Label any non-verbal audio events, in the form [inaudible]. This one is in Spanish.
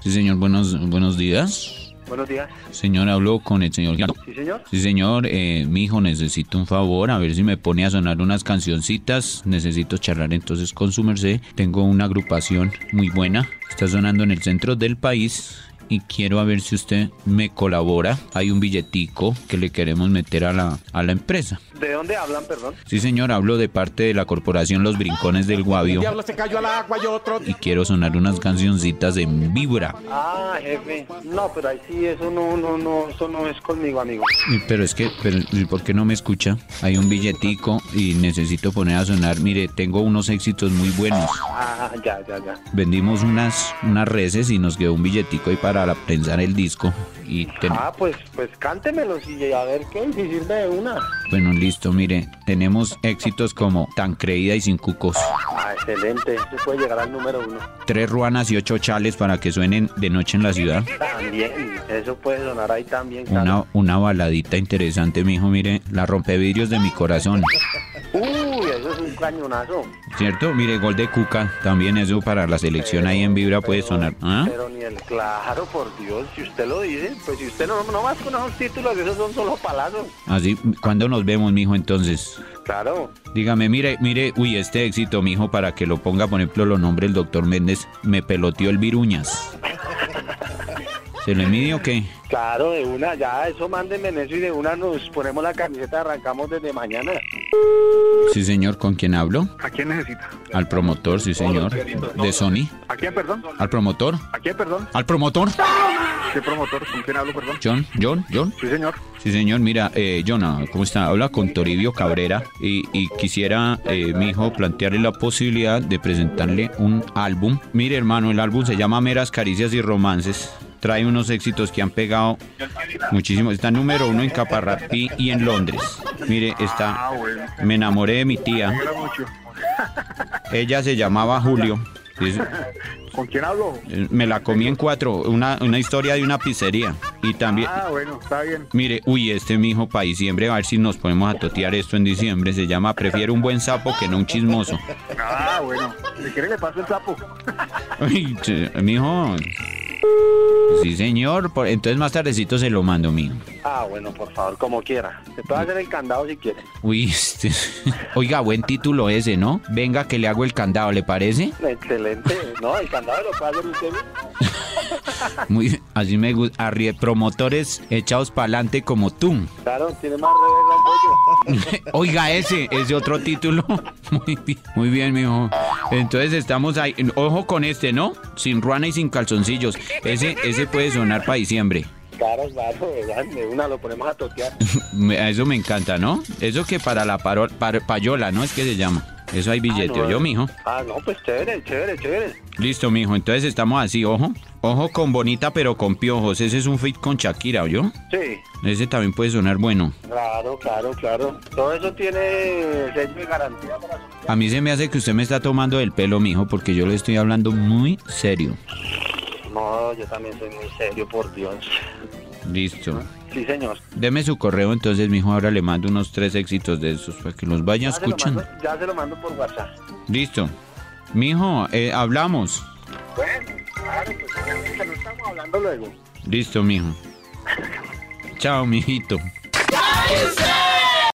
Sí, señor, buenos, buenos días. Buenos días. Señor, hablo con el señor Guijarro. Sí, señor. Sí, señor, eh, mi hijo necesito un favor, a ver si me pone a sonar unas cancioncitas. Necesito charlar entonces con su merced. Tengo una agrupación muy buena, está sonando en el centro del país y quiero a ver si usted me colabora. Hay un billetico que le queremos meter a la, a la empresa. ¿De dónde hablan, perdón? Sí, señor, hablo de parte de la corporación Los Brincones del Guavio diablo se cayó al agua y otro. y quiero sonar unas cancioncitas en vibra. Ah, jefe. No, pero ahí sí, eso no, no, no, eso no es conmigo, amigo. Y- Pero es que, pero, ¿y ¿por qué no me escucha? Hay un billetico y necesito poner a sonar. Mire, tengo unos éxitos muy buenos. Ah, ya, ya, ya. Vendimos unas, unas reses y nos quedó un billetico ahí para la- prensar el disco. Y ten- Ah, pues, pues cántemelos y a ver qué, y si sirve de una. bueno, listo, mire, tenemos éxitos como Tan Creída y Sin Cucos, Ah, excelente. Eso puede llegar al número uno. Tres Ruanas y Ocho Chales para que suenen de noche en la ciudad. También. Eso puede sonar ahí también. Una, una baladita interesante, mijo, mire, La Rompevidrios de mi corazón. Uy, eso es un cañonazo. ¿Cierto? Mire, Gol de Cuca, también eso para la selección ahí en vibra puede Pero- sonar. ¿Ah? Pero ni el claro, por Dios, si usted lo dice, pues si usted no, no vas con esos títulos, esos son solo palazos. Así, ¿cuándo nos vemos, mijo, entonces? Claro. Dígame, mire, mire, uy, este éxito, mijo, para que lo ponga, por ejemplo, lo nombre el doctor Méndez, me peloteó el viruñas. ¿Se le mide o qué? Claro, de una, ya, eso mándenme en eso y de una nos ponemos la camiseta, arrancamos desde mañana. Sí, señor, ¿con quién hablo? ¿A quién necesita? Al promotor, sí, señor. ¿De Sony? ¿A quién, perdón? ¿Al promotor? ¿A quién, perdón? ¿Al promotor? ¿Qué promotor? ¿Con quién hablo, perdón? John, John, John. Sí, señor. Sí, señor, mira, eh, Jonah, ¿cómo está? Habla con Toribio Cabrera y, y quisiera, eh, mi hijo, plantearle la posibilidad de presentarle un álbum. Mire, hermano, el álbum se llama Meras Caricias y Romances. Trae unos éxitos que han pegado muchísimo. Está número uno en Caparratí y en Londres. Mire, está... Ah, bueno. Me enamoré de mi tía. Era mucho. Ella se llamaba Julio. Sí, sí. ¿Con quién hablo? Eh, Me la comí en cuatro. Una, una historia de una pizzería. Y también... Ah, bueno, está bien. Mire, uy, este mijo para diciembre, a ver si nos ponemos a totear esto en diciembre. Se llama Prefiero un buen sapo que no un chismoso. [laughs] Ah, bueno. ¿Le quiere le paso el sapo? Ay, che, mijo. Sí, señor. por- Entonces más tardecito se lo mando, mijo. Ah, bueno, por favor, como quiera. Se puede hacer el candado si quiere. Uy, este- [laughs] Oiga, buen título ese, ¿no? Venga que le hago el candado, ¿le parece? Excelente. No, el candado lo puede hacer usted. mismo. Muy, así me gusta. Arrie- Promotores echados pa'lante como tú. Claro, tiene más reversa pollo. [laughs] Oiga, ese, ese otro título. [laughs] Muy bien, muy bien, mijo. Entonces estamos ahí. Ojo con este, ¿no? Sin ruana y sin calzoncillos. Ese, ese puede sonar para diciembre. [laughs] Claro, claro, ¿verdad? de una lo ponemos a totear. Me- a Eso me encanta, ¿no? Eso que para la paro- par- payola, ¿no? Es que se llama. Eso hay billete, Ah, no, yo, eh. mijo. Ah, no, pues chévere, chévere, chévere. Listo, mijo. Entonces estamos así, ojo. Ojo con bonita, pero con piojos. Ese es un fit con Shakira, yo. Sí, Ese también puede sonar bueno. claro, claro, claro. Todo eso tiene sello de garantía para su- A mí se me hace que usted me está tomando el pelo, mijo, porque yo le estoy hablando muy serio. No, yo también soy muy serio, por Dios. Listo. Sí, señor. Deme su correo entonces, mijo, ahora le mando unos tres éxitos de esos para que los Ya vaya Ah, se, lo escuchando. mando, ya se lo mando por WhatsApp. Listo. Mijo, eh, hablamos. pues, Estamos [laughs] hablando luego. Listo, mijo. Chao, mijito.